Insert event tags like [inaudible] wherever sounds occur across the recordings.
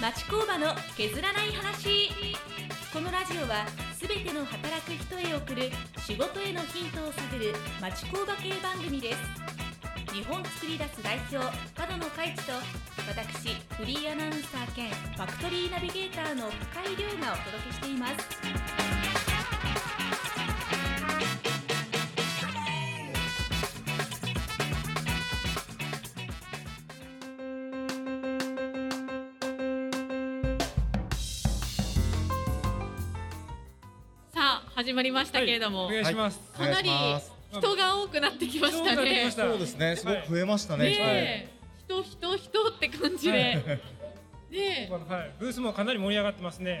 町工場の削らない話このラジオはすべての働く人へ送る仕事へのヒントを探る町工場系番組です日本作り出す代表角野海地と私フリーアナウンサー兼ファクトリーナビゲーターの深井亮がお届けしていますさあ始まりましたけれども、お願いします。かなりお願いします人が多くなってきましたね。人がそ多くなってきまうでしすね、すごく増えましたね。ねえ、人人人って感じで、はいねえ、はい、ブースもかなり盛り上がってますねね。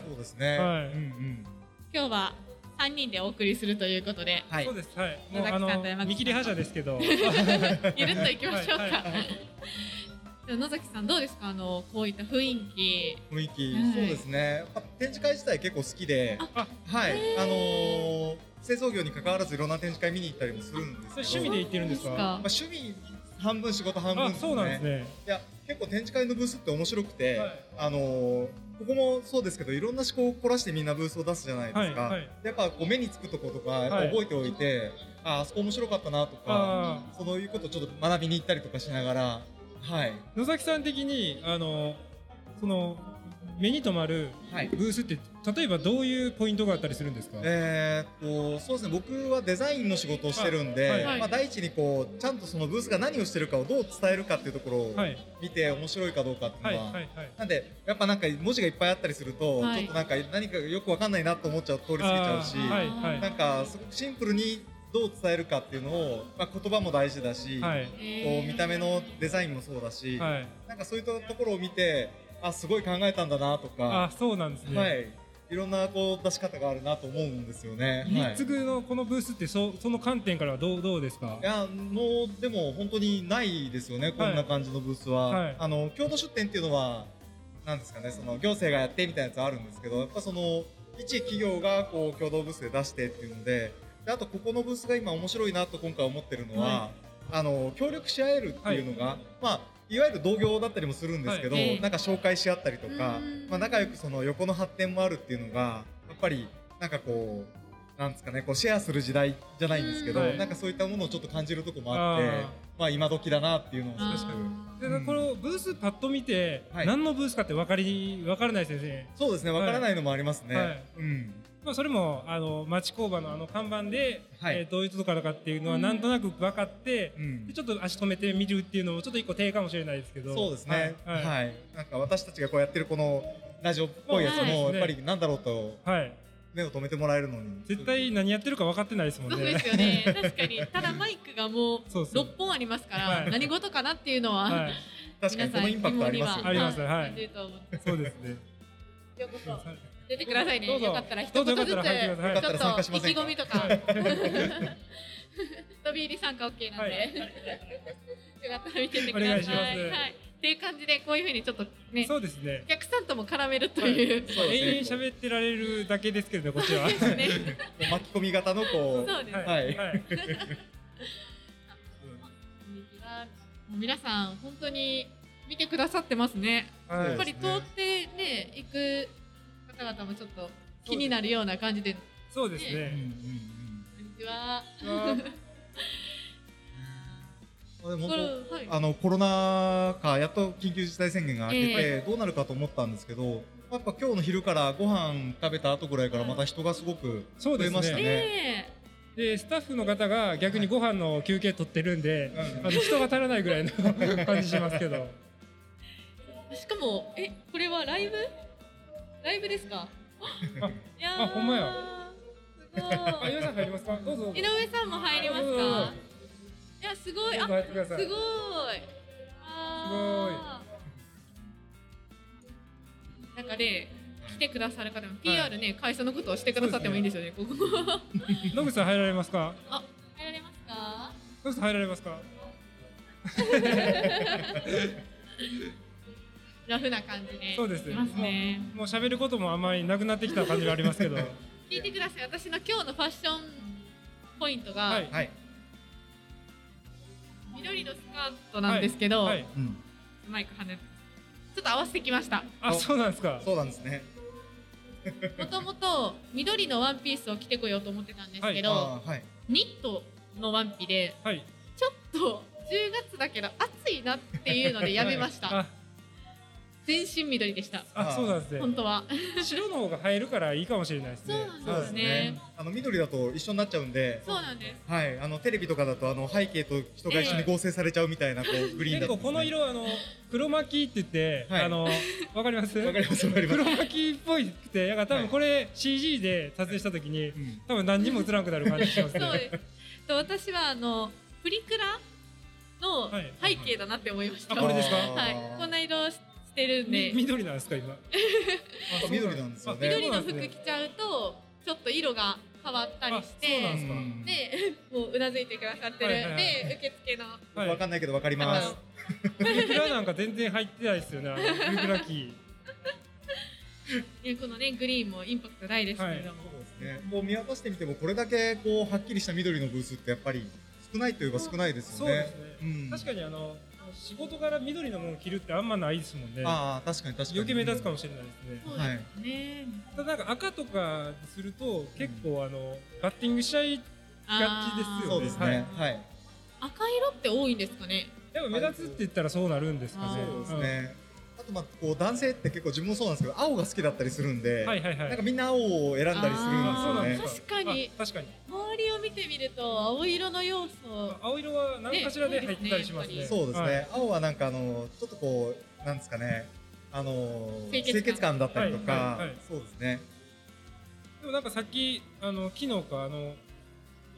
えそうですはね。いうんうん。今日は三人でお送りするということで、は。はいいそう。です。はい。野もう崎さあんとの山口さん見切り覇者ですけど。ゆるっといきましょうか。はいはいはでは野崎さんどうですかあのこういった雰囲気。雰囲気、はいそうですね。やっぱ展示会自体結構好きで、あはい。あのー製造業に関わらずいろんな展示会見に行ったりもするんですそれ趣けど、味で行ってるんですそうか。まあ趣味半分仕事半分あ、ですそうなんですね。ね。いや、結構展示会のブースって面白くて、はいあのーここもそうですけど、いろんな思考を凝らしてみんなブースを出すじゃないですか。はいはいやっぱこう目につくとことかやっぱはい覚えておいて、ああそこ面白かったなとか、あそういうことをちょっと学びに行ったりとかしながら、はい。あ、野崎さん的にあのその目に留まるはいブースって例えばどういうポイントがあったりするんですか。えーっとそうですね僕はデザインの仕事をしてるんで、はいはいまあ、第一にこうちゃんとそのブースが何をしてるかをどう伝えるかっていうところをはい見て面白いかどうかっていうのはいは、はいはい。なんでやっぱなんか文字がいっぱいあったりすると、はいちょっとなんか何かよくわかんないなと思っちゃう通り過ぎちゃうし、あーはいはないんかすごくシンプルにどう伝えるかっていうのを、まあ、言葉も大事だし、はいこう見た目のデザインもそうだし、はい。なんかそういったところを見てあすごい考えたんだなとかあ、そうなんですね。はい、いろんなこう出し方があるなと思うんですよね。は三い、ついぐのこのブースってそその観点からはどうどうですか。やもうでも本当にないですよね、こんな感じのブースは。はいあの京都出店っていうのはなんですかねその行政がやってみたいなやつあるんですけどやっぱその一企業がこう共同ブースで出してっていうのでであとここのブースが今面白いなと今回思ってるのは、はあの協力し合えるっていうのが、はいい、まあいわゆる同業だったりもするんですけど、はいええなんか紹介し合ったりとかうん、まあ、仲良くその横の発展もあるっていうのがやっぱりなんかこうなんですかねこうシェアする時代じゃないんですけど、うんはいなんかそういったものをちょっと感じるとこもあってあーまあ今時だなっていうのを少しあーで、うんこのブースパッと見て、はい何のブースかって分かり分からないですよね。そうですね、わからないのもありますね。はいうん。まあそれもあの町工場のあの看板で、はいえーどういうとこからかっていうのはなんとなく分かって、うんでちょっと足止めてみるっていうのもちょっと一個手かもしれないですけど。そうですね、は。はいい、はい。なんか私たちがこうやってるこのラジオっぽいやつはいも、やっぱりなんだろうとはい目を留めてもらえるのに。絶対何やってるか分かってないですもんそうでね。すよね。確かに。ただマイクがもうそうそう六本ありますかはら、い何事かなっていうのははい。確かにこのインパクトありますよありね。ますはい感じると思うそうですね。ようこそ出てくださいね。どうぞよかったら一言ずつ、どうぞちょよかったら入ってくだっさいとよかったら参加し意ませ気んか込みとか、 [laughs] 飛び入り参加 OK なんで、はいよかったら見ててくお願だいしさまい。すはい。っていう感じでこういうふうにちょっとね、そうですねお。客さんとも絡めるという、そう永遠ですね。喋ってられるだけですけどねこ [laughs] っちは。はね、巻き込み型のこう。そうですね。はいはい。こんにちはもう皆さん本当に見てくださってますね。はいやっぱり通ってね行く方々もちょっと気になるような感じで。そうですうんね。こんにちは。あうんうん。でもこれ本はい当あのコロナ禍やっと緊急事態宣言が明けて、どうなるかと思ったんですけど、やっぱ今日の昼からご飯食べた後ぐらいからまた人がすごくそ増うでえすねましたね。ねでスタッフの方が逆にご飯の休憩取ってるんで、うんあの人が足らないぐらいの [laughs] 感じしますけど。えしかもえこれはライブライブです [laughs] かあいやーあほんまやす [laughs] ごあ、い岩さん入りますか。どうぞどうぞ。井上さんも入りますどうぞどうかぞいやすごいどあうぞ入ってくださいすごいあーなんかね来てくださる方も PR ね、会社のことをしてくださってもいいんですよねここ野口さん入られますか。あ入られますか野口さん入られますか。ラフな感じでそうですいますねもう喋ることもあんまりなくなってきた感じがありますけど。聞いてください私の今日のファッションポイントが、はいはい。緑のスカートなんですけど、はい、うん。マイク跳ねちょっと合わせてきましたあそうなんですかそうなんですね。もともと緑のワンピースを着てこようと思ってたんですけど、あーはい。ニットのワンピではいちょっと10月だけど暑いなっていうのでやめましたあ全身緑でしたああそうなんですね本当は白の方が入るからいいかもしれないですねそうなんですね。あの緑だと一緒になっちゃうんで。そうなんですはい、あのテレビとかだとあの背景と人が一緒に合成されちゃうみたいなこうグリーンだ結と、構この色あの黒巻きって言って、はいあのわかりますわかりますわかります黒。巻きっぽいくてだから多は分いこれ CG で撮影した時にうん多分何にも映らなくなる感じしますねそうです。と私はあのプリクラのはい背景だなって思いました。あこれですかあーはい、こんな色してるんでみ、緑なんですか今あそう緑なんですよねあ緑のそうなん服で着すねちゃうとちょっと色が変わったりしあそうなんて、かうんで、 [laughs] もううなずいてくださってはいはいるはんいで、受付のはいわかんないけどわかりま方すの。プリクラなんか全然入ってないですよねあのプリクラキねこのねグリーンもインパクト大ですけれども、ね、こう見渡してみてもこれだけこうはっきりした緑のブースってやっぱり少ないといえば少ないですそようですね。ね、うん確かにあの仕事から緑のものを着るってあんまないですもんねああ確かに確かに。余計目立つかもしれないですねそうですね。ただなんか赤とかにすると結構あのバッティングしちゃいあーガチですそようですね。はい。赤色って多いんですかね。でも目立つって言ったらそうなるんですかねそうですそうですね。あとまあこう男性って結構自分もそうなんですけど青が好きだったりするんうで、んはいはいはいなんかみんな青を選んだりするんですそうよなんでねす。確かにあ確かに周りを見てみると青色の要素。青色は何かしらで入ったりしますね。ねそうですね、はい。青はなんかあのちょっとこうなんですかねあの清潔感感だったりとか、はいはいはいそうですねでもなんかさっきあの昨日かあの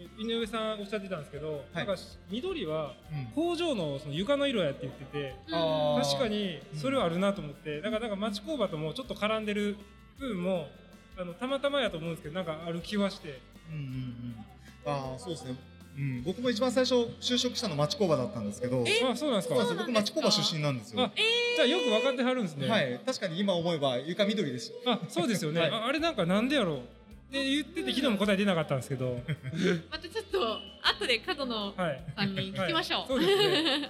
え井上さんおっしゃってたんですけど、なんかし緑は工場のその床の色やって言ってて、うんあー確かにそれはあるなと思って、だからなんか町工場ともちょっと絡んでる部分もあのたまたまやと思うんですけどなんかある気はして、うんうんうんああそうですねうん僕も一番最初就職したの町工場だったんですけどあそうなんですそかうなそうなん。ですよん僕です町か工場出身なんですよあ、じゃあよく分かってはるんですね。はい確かに今思えば床緑ですあそうですよね。はいああれなんかなんでやろうって言ってて昨日も答え出なかったんですけど、またちょっと後で角野はい。さんに聞きましょう。そうですね。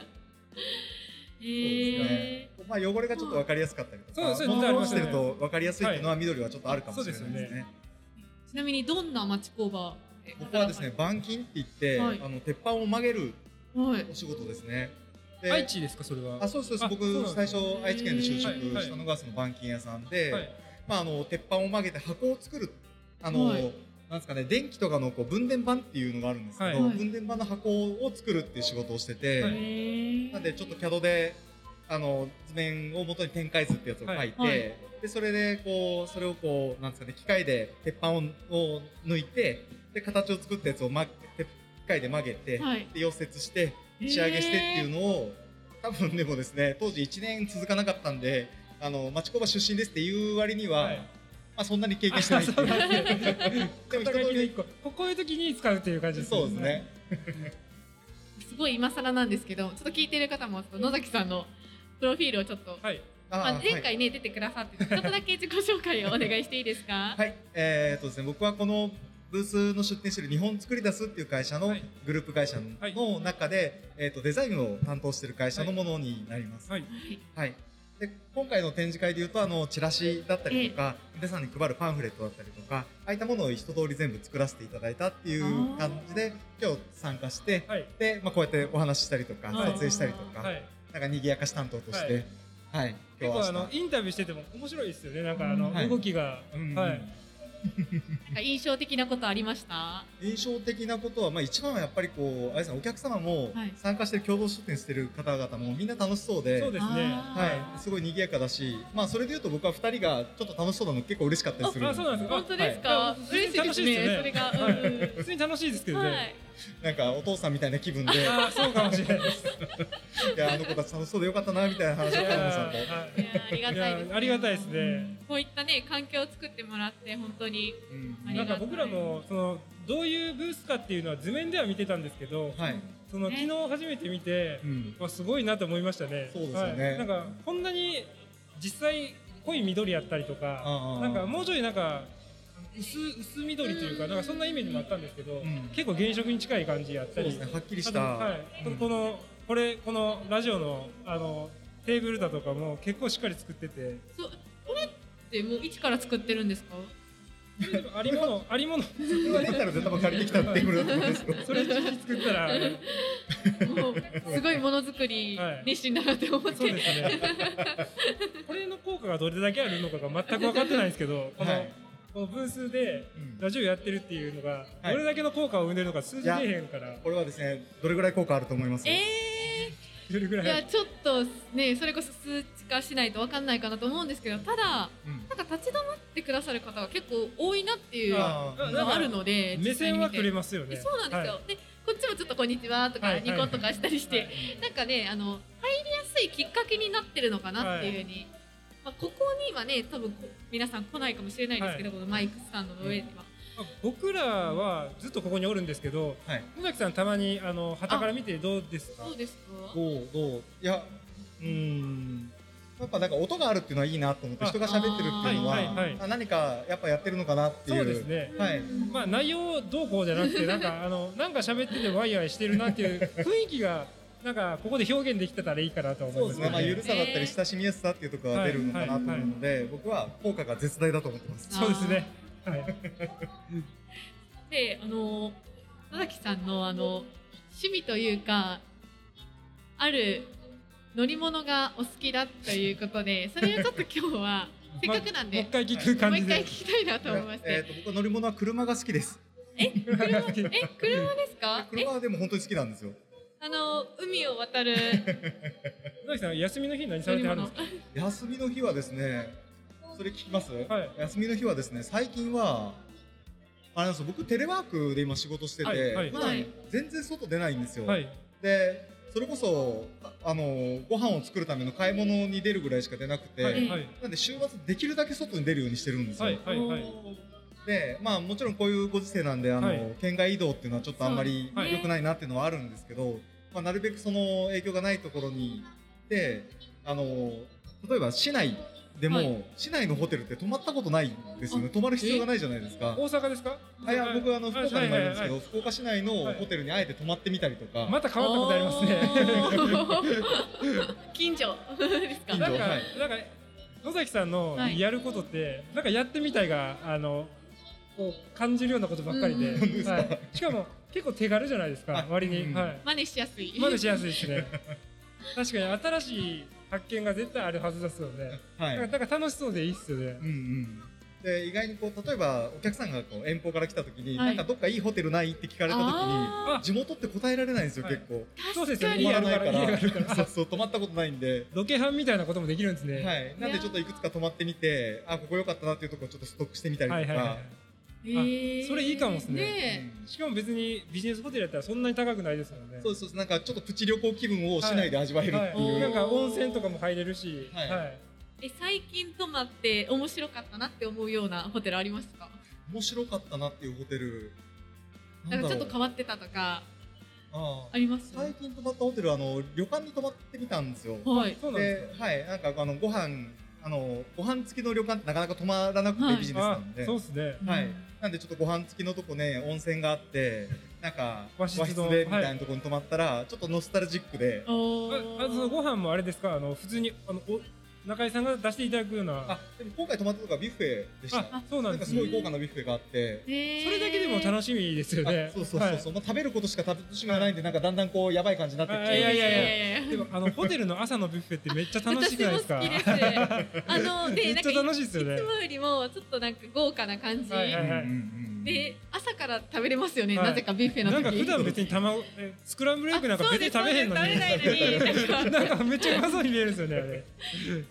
へえ。まあ汚れがちょっと分かりやすかったりとそうかそうあ物りがま落すちねてると分かりやすいっていうのは緑はちょっとあるかもしれないそうでですすよねねちなみにどんな町工場で僕はですね板金って言って、はいあの鉄板を曲げるはいお仕事ですね [laughs] で愛知ですかそれは。あそうですそうあですそうなん僕で最す初愛知県で就職はいはいしたのがその板金屋さんで、はい。まあ、あの鉄板を曲げて箱を作るあの、はいなんですかね電気とかのこう分電盤っていうのがあるんですけど、はい分電盤の箱を作るっていう仕事をしてて、はいへえなんでちょっと CAD であの図面を元に展開図ってやつを書いて、はいはいでそれでこうそれをこうなんですかね機械で鉄板をを抜いてで形を作ったやつを、ま、て機械で曲げて、はいで溶接して仕上げしてっていうのを、多分でもですね当時1年続かなかったんであの町工場出身ですっていう割には、はいまあ、そんなに経験してないってい [laughs] うあそうなんですねでも一肩書通きの一り個ここういう時に使うっていう感じです、そうですね。すごい今更なんですけどちょっと聞いてる方もちょっと野崎さんのプロフィールをちょっと、はい。あーまあ、前回ね、出てくださってちょっとだけ自己紹介をお願いしていいですか、はい、えーとですね、僕はこのブースの出展している日本作り出すっていう会社のはいグループ会社はいの中で、えー、とデザインを担当している会社のものになります。ははいい、で今回の展示会でいうとあのチラシだったりとか、皆さんに配るパンフレットだったりとかああいったものを一通り全部作らせていただいたっていう感じで今日参加して、はい。でまあ、こうやってお話ししたりとか、はい撮影したりとか、はい。なんか賑やかし担当として、はい今結日は構あ明の日インタビューしてても面白いですよね。なんかあの、はい動きが、うんはい。なんか印象的なことありました印象的なことは、まあ、一番はやっぱりこうあれですねお客様もはい参加してる共同出店してる方々もみんな楽しそうでそうですね。あーはい、すごい賑やかだし、まあ、それでいうと僕は2人がちょっと楽しそうなの結構嬉しかったりするあそうなんですか本当ですか、はい嬉しいですねそ楽しれいですが、よね普通に楽しいですけうんどね。はいなんかお父さんみたいな気 [laughs] 分でいああそうかもし [laughs] れないです。やあの子たち楽しそうでよかったなみたいな話いをやカナさんとーはいやーありがいたいです、やーありがたいですね。こういったね環境を作ってもらって本当にうんありながたんかい僕らもそのどういうブースかっていうのは図面では見てたんですけど、はい、そのね昨日初めて見てう、ん、わすごいなと思いましたね。そうですよねはいなんかこんなに実際濃い緑やったりとあか、ーなんかもうちょいなんか薄薄緑というかなんかそんなイメージもあったんですけど、ん結構原色に近い感じやったそうでりすねはっきりしあとた、はい、うんこのこれこのラジオのあのテーブルだとかも結構しっかり作っててそうこれってもう一から作ってるんですかありもの [laughs] あり [laughs] もの言われたら絶対もう借りてきたテーブルだと思うんですけどそれ作ったらもうすごいものづくり熱心だなって思って、そうですねこれの効果がどれだけあるのかが全く分かってないんですけどこの,、はいこのブースで [laughs] うんラジオやってるっていうのがはいどれだけの効果を生んでるのか数字出えへんからこれはですねどれぐらい効果あると思いますえどれぐー、いらやいちょっとねそれこそ数値化しないと分かんないかなと思うんですけどただうんなんか立ち止まってくださる方が結構多いなっていうのああーなんかがあるので目線はくれまますよねそうなんですよ、でこっちもちょっと「こんにちは」とはかいニコとかしたりして、はいなんかねあの入りやすいきっかけになってるのかなっていうふうに、まあ、ここにはね多分こ皆さん来ないかもしれないですけど、このマイクスタンドの上には、まあ僕らはずっとここにおるんですけどはい野崎さんたまにあの旗から見てどうですかどうですかどうどういやうーんやっぱなんか音があるっていうのはいいなと思ってあ人が喋ってるっていうのは、はいはいはいあ何かやっぱやってるのかなっていそううですねはいまあ内容どうこうじゃなくてなん [laughs] かあのなんか喋っててワイワイしてるなっていう雰囲気がなんかここで表現できてたらいいかなと思いそうまですすね、まあ、ゆるねさだったり親しみやすさっていうところが出るのかなと思うので、僕は効果が絶大だと思ってます。そうですねはいであの野崎さんのあの趣味というかある乗り物がお好きだということでそれをちょっと [laughs] 今日はせっかくなんもう一で、回聞く感もうじ一回聞できたいなと思いましえてっ、と僕は乗り物は車が好きです。車え車ですかえ車はでも本当に好きなんですよ。あの海を渡る野崎さん休みの日何さ乗れりてはるん物ですか休みの日はですね、それ聞きます、はい休みの日はですね、最近は、あれなんですよ、僕テレワークで今仕事してて、はいはい普段はい全然外出ないんですよ。はいで、それこそ、ああの、ご飯を作るための買い物に出るぐらいしか出なくて、はいえはいなんで週末できるだけ外に出るようにしてるんですよ。はいはいはいでまあもちろんこういうご時世なんであの、はい県外移動っていうのはちょっとあんまりそうね良くないなっていうのはあるんですけど、まあ、なるべくその影響がないところにであの例えば市内でも、はい市内のホテルって泊まったことないんですよね泊まる必要がないじゃないですか大。阪ですかあいや僕あの福岡にもありますはけどい福岡市内のはいホテルにあえて泊まってみたりとか、はいまた変わったことありますねおー近所ですかな近所んか、はいなんか野崎さんのはいやることって、なんかやってみたいがあのこう感じるようなことばっかりうで、んうんはい、しかも結構手軽じゃないですかあ割に、うんはい、真似しやすいまだしやすいですね確かに新しい発見が絶対あるはずですよね、はいなんかなんか楽しそうでいいっすよねうんうんで意外にこう例えばお客さんがこう遠方から来た時に、はいなんかどっかいいホテルないって聞かれた時にあ地元って答えられないんですよ、はい結構。ーそうです確よかねに泊家まあるらないから家あるかからら。そうそう、泊まったことないんで。ロケハンみたいなこともできるんですね、、はいい。なんでちょっといくつか泊まってみて、あ、ここ良かったなっていうところちょっとストックしてみたりはいとはか。いはいへーそれいいかもっすねねしかも別にビジネスホテルやったらそんなに高くないですもんねそうそうそう、なんかちょっとプチ旅行気分を市内で味わえるってはいいう。なんか温泉とかも入れるし、はいええ最近泊まって面白かったなって思うようなホテルありますか面白かったなっていうホテル。なんかちょっとだろう変わってたとかあああります最近泊まったホテルは、あの、旅館に泊まってみたんですよ。はいそうなんですで、はい。なんかあの、ご飯、あの、ご飯付きの旅館ってなかなか泊まらなくはていビジネスなあんで。そうですねはいうん、なんでちょっとご飯付きのとこね温泉があってなんか和和室の室でみたいなとこに泊まったら、ちょっとノスタルジックでおああそのーご飯もあれですかあの普通にあのお中井さんが出していただくようなあでも今回泊まったとこはビュッフェでしたあそうななんんでかすすねごい豪華なビュッフェがあって、へーそれだけでも楽しみですよねあそうそうそうそう、まあ、食べることしか楽しみがないんでなんかだんだんこうやばい感じになってきあいやいやいやいでもあのホテルの朝のビュッフェってめっちゃ楽し私くないもで好すかきです。あのめでっなんちかゃい楽しいですよねいつもよりもちょっとなんか豪華な感じ、はいはいうんうんうんで朝から食べれますよね、はいなぜかビュッフェの時なんか普段別に卵えスクランブルエッグなんかあそう別にです食べへんのにそうです食べないのになんかなんかめっちゃうまそうに見えるんですよねあれ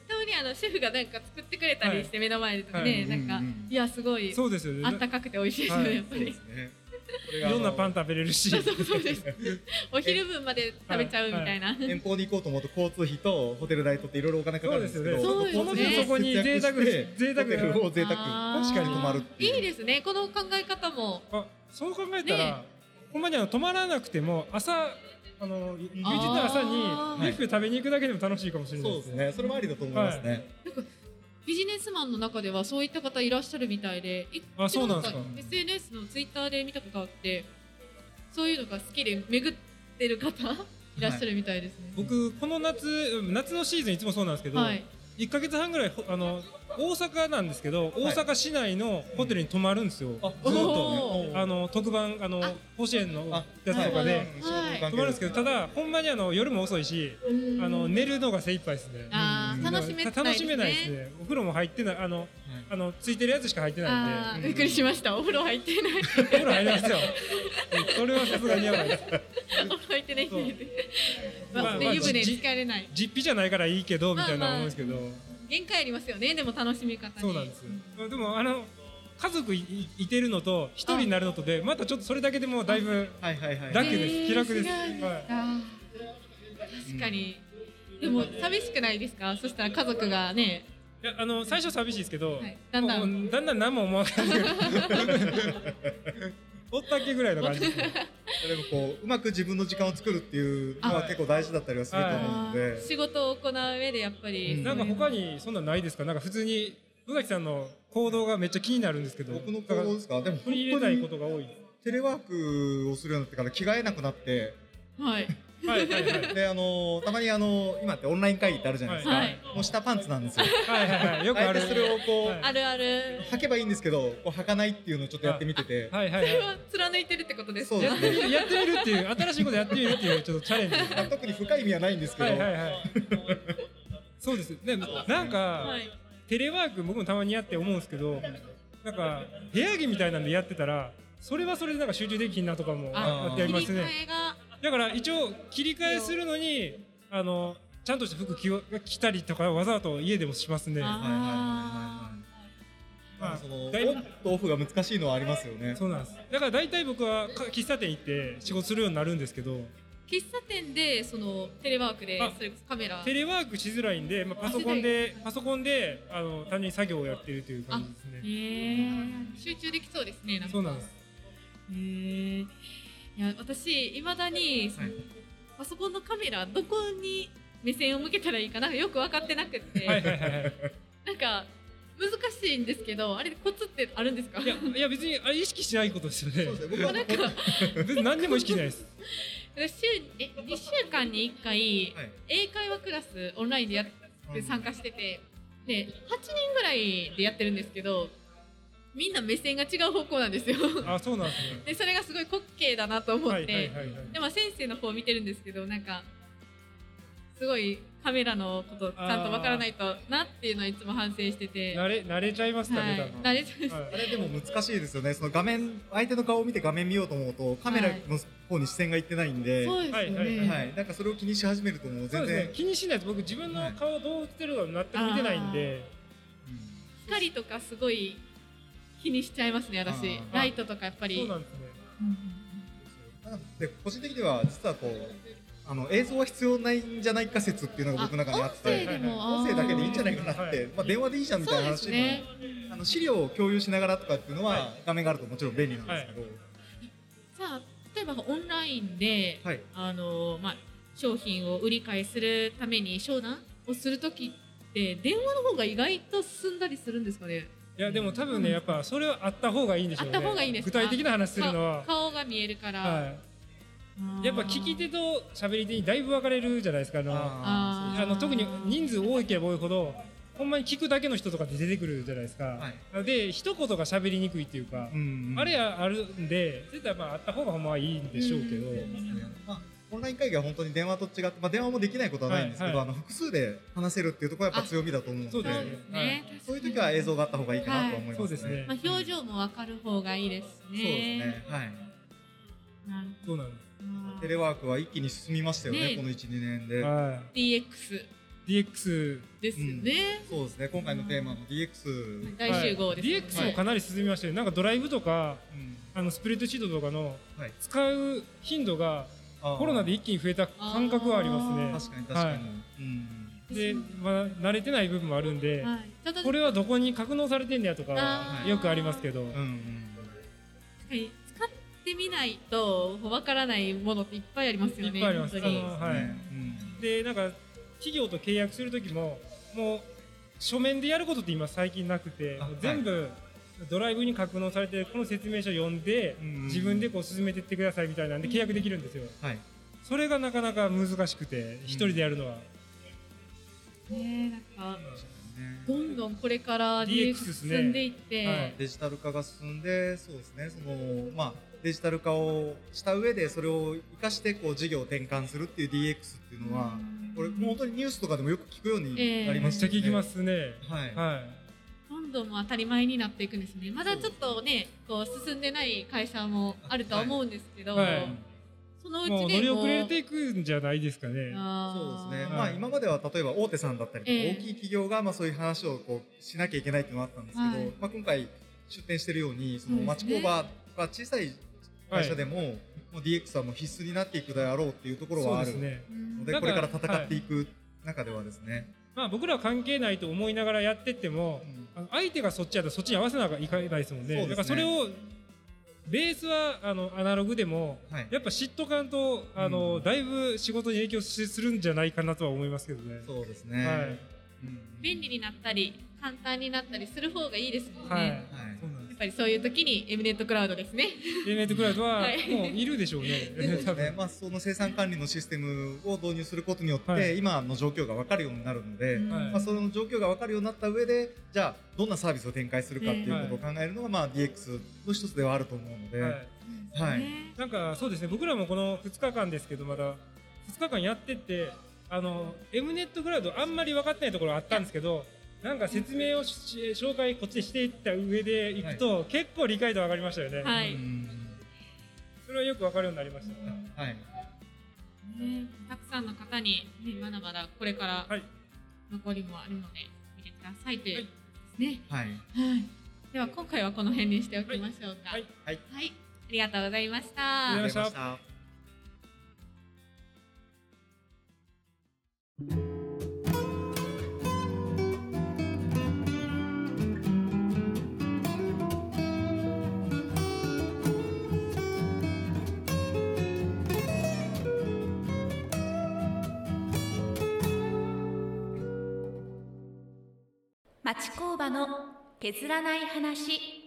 たまにあのシェフがなんか作ってくれたりして目の前でとかね、はいはいなんか、うんうんうんいやすごいそうですよねあったかくて美味しいですよね、はいやっぱそうでりすねこれいがあのろんなパン食べれる [laughs] しそうそうそうですお昼分まで食べちゃうみたいな、遠方に行こうと思うと交通費とホテル代とっていろいろお金かかるんですけどそうですよねそうですよねこの分を節約して贅沢ホテルを贅沢あー確かに泊まるっていういいですねこの考え方もあそう考えたら、ねほんまにあの泊まらなくても朝あの休日の朝にあービュッフェ食べに行くだけでも楽しいかもしれないそでうですすねそれもありだと思いますね、なんかビジネスマンの中ではそういった方いらっしゃるみたいで、いあそうなんですかか SNS のツイッターで見たことあって、そういうのが好きで巡ってる方いらっしゃるみたいですね。僕この夏うん夏のシーズンいつもそうなんですけど、はい。 1か月半ぐらいほあの大阪なんですけどい大阪市内のホテルに泊まるんですよ、あおずっとーあの特番あのあ甲子園のやあつとかで、はい泊まるんですけどただほんまにあの夜も遅いしうんあの寝るのが精一杯ですねあーうん楽しめないですね楽しめないですねお風呂も入ってないあのあのついてるやつしか入ってなあいーんでびっくりしました。お風呂入ってない。 [laughs] お風呂入りますようんそれはさすがにやばいですお風呂入ってない人いる。そまうあ、まあまあで湯船じ浸かれない。実費じゃないからいいけどみたいなまあまあ思うんですけど、限界ありますよね。でも楽しみ方に。そうなんですよでもあの家族いいいてるのと一人になるのとでまたちょっとそれだけでもうだいぶはいはいはいラッキーですへー気楽です違うんだはい確かに。でも寂しくないですか。そしたら家族がね、いやあの最初寂しいですけど、はいだんだんもうだんだん何も思わなくなってくるおったっけぐらいの感じですねでもこううまく自分の時間を作るっていうのはあ結構大事だったりはすると思うので、仕事を行う上でやっぱり、うんなんか他にそんなんないですかなんか普通に宇崎さんの行動がめっちゃ気になるんですけど僕の行動ですかでも取り入れ本当たいにことが多いでテレワークをするようになってから着替えなくなってはい。すはいはいはいであのたまにあの今ってオンライン会議ってあるじゃないですか、はいもう下パンツなんですよはいはいはいよくあ [laughs] あえるてそれをこう、はいあるある。履けばいいんですけどこう履かないっていうのをちょっとやってみてて、はいはいそれはは貫いてるってことですそうね。でいやすってねみるやってみるっていう新しいことやってみるっていうちょっとチャレンジですまあ特に深い意味はないんですけど、はいはいはいそうですでなんか、はい。テレワーク僕もたまにやって思うんですけどなんか部屋着みたいなんでやってたらそれはそれでなんか集中できひんなとかもあやってやり切ります替ねえが。だから一応切り替えするのにあのちゃんとした服着よ着たりとかわざと家でもしますねはいはいはあいまあ、まそのオあだいぶンとオフが難しいのはありますよね。そうなんですだから大体僕はか喫茶店行って仕事するようになるんですけどー喫茶店でそのテレワークであそれこそカメラ。テレワークしづらいんで、まあ、パソコンでパソコンであの単純に作業をやってるという感じですねへー集中できそうですね。なんかそうなんですへーいや私いまだにその、はいパソコンのカメラどこに目線を向けたらいいかなよく分かってなくって、はいはいはいはいなんか難しいんですけどあれコツってあるんですかいやいや別にあれ意識しないことですよね [laughs] そうですね僕はなんか別に何にも意識ないです週え2週間に1回はい英会話クラスオンラインでやって参加しててで8人ぐらいでやってるんですけどみんな目線が違う方向なんですよあ、そうなんですね。でそれがすごい滑稽だなと思って、はいはいはいはい。でも先生の方を見てるんですけどなんかすごいカメラのことちゃんとわからないとなっていうのはいつも反省してて、慣れ慣れちゃいましたはねい。、多慣れちゃう分はいあれでも難しいですよね。その画面相手の顔を見て画面見ようと思うとカメラの方に視線がいってないんで、そはうですよね、はいはいい。なんかそれを気にし始めるともうそう全です然ね。気にしないです。僕自分の顔どう映ってるか全く見てないんで、うん光とかすごい気にしちゃいますね私あーライトとかやっぱりそうなんですね。なので個人的には実はこうあの映像は必要ないんじゃないか説っていうのが僕の中にあっ音声て。でも、音声だけでいいんじゃないかかなっはてい、まあ電話でいいじゃんみたいなそうで話すの、ねあの資料を共有しながらとかっていうのは、は画面があるともちろん便利なんですけど、じゃあ例えばオンラインで、はいあのまあ、商品を売り買いするために商談をする時って電話の方が意外と進んだりするんですかねいやでも多分ねやっぱそれはあった方がいいんでしょうね。あった方がいいんですか具体的な話するのはか、顔が見えるから、はい。やっぱ聞き手と喋り手にだいぶ分かれるじゃないですか。あのああーの特に人数多いければ多いほど。ほんまに聞くだけの人とかって出てくるじゃないですか、で一言が喋りにくいっていうかー、うんあれやあるんで絶対まああった方がほんまはいいんでしょうけど、まあ、オンライン会議は本当に電話と違って、まあ、電話もできないことはないんですけど、はいあの複数で話せるっていうところはやっぱ強みだと思うのでそそううですねね、いう時は映像があった方がいいかなと思いそうまですすね。ねまあ、表情も分かる方がいいですね。そうですね。はい。なんそうなんで、。テレワークは一気に進みましたよね、ねこの1、2年ですは DX い、DX ですね。そうですね。今回のテーマの DX。うん大集合ですね、はい DX もかなり進みましたよ、なんかドライブとかあのスプレッドシートとかのはい使う頻度があーコロナで一気に増えた感覚はあります確かに確かに。はいうん。ねで、まあ、慣れてない部分もあるんで、はい、ただこれはどこに格納されてんねやとかあはーよくありますけど、うんうん。確かに使ってみないとわからないものっていっぱいありますよね。いっぱいあります本当にあのはいねうんでなんか企業と契約する時ももう書面でやることって今最近なくてあはい全部ドライブに格納されてこの説明書読んでうん自分でこう進めてってくださいみたいなんで契約できるんですよはいそれがなかなか難しくて一人でやるのはねなんかどんどんこれから DX DX ですね進んでいって、はいデジタル化が進んでそうですねその、まあ、デジタル化をした上でそれを生かしてこう事業を転換するっていう DX っていうのはこれもう本当にニュースとかでもよく聞くようになめりまっしちたゃよね聞きますねはい、はどんどん当たり前になっていくんですねまだちょっとねこう進んでない会社もあるとは思うんですけど、はいはいそのういちもう乗でりこう遅れていくんじゃないですかねあそうーではいすね、まあ今までは例えば大手さんだったりとかええ大きい企業がまあそういう話をこうしなきゃいけないっていうのがあったんですけど、はいまあ今回出展してるようにそのそうです町ね工場が小さい会社でも,、もう DX はもう必須になっていくであろうっていうところそうはあでするのでねうんだからこれから戦っていく中ではですね、まあ僕らは関係ないと思いながらやってってもうあんの相手がそっちやったらそっちに合わせなきゃいかないですもんねそうですねだからそれをベースはあのアナログでもはいやっぱ嫉妬感とあの、うんだいぶ仕事に影響しするんじゃないかなとは思いますけどね。そうですね、はいうん便利になったり簡単になったりする方がいいですもんね、はい、やはいそうなんでっぱりそういう時にエムネットクラウドですねす。エネットクラウドははいもういるでしょうね。 [laughs] そ多うですね分。まあ、その生産管理のシステムを導入することによって、はい今の状況が分かるようになるので、うんまあ、その状況が分かるようになった上でじゃあどんなサービスを展開するかっていうことを考えるのが、まあ、DX の一つではあると思うので、ははいい。はいねなんかそうですね。僕らもこの2日間ですけどまだ2日間やっててあの M ネットクラウドあんまり分かってないところあったんですけど。なんか説明をし紹介こっちでしていった上でいくと、結構理解度上がりましたよね、はいうんそれはよく分かるようになりました、はいねたくさんの方に、ね、まだまだこれからはい残りもあるので見てくださいというですね、はいはい、では今回はこの辺にしておきましょうかはいはいはいありがとうございましあたりがとうございましたありがとうございました町工場の削らない話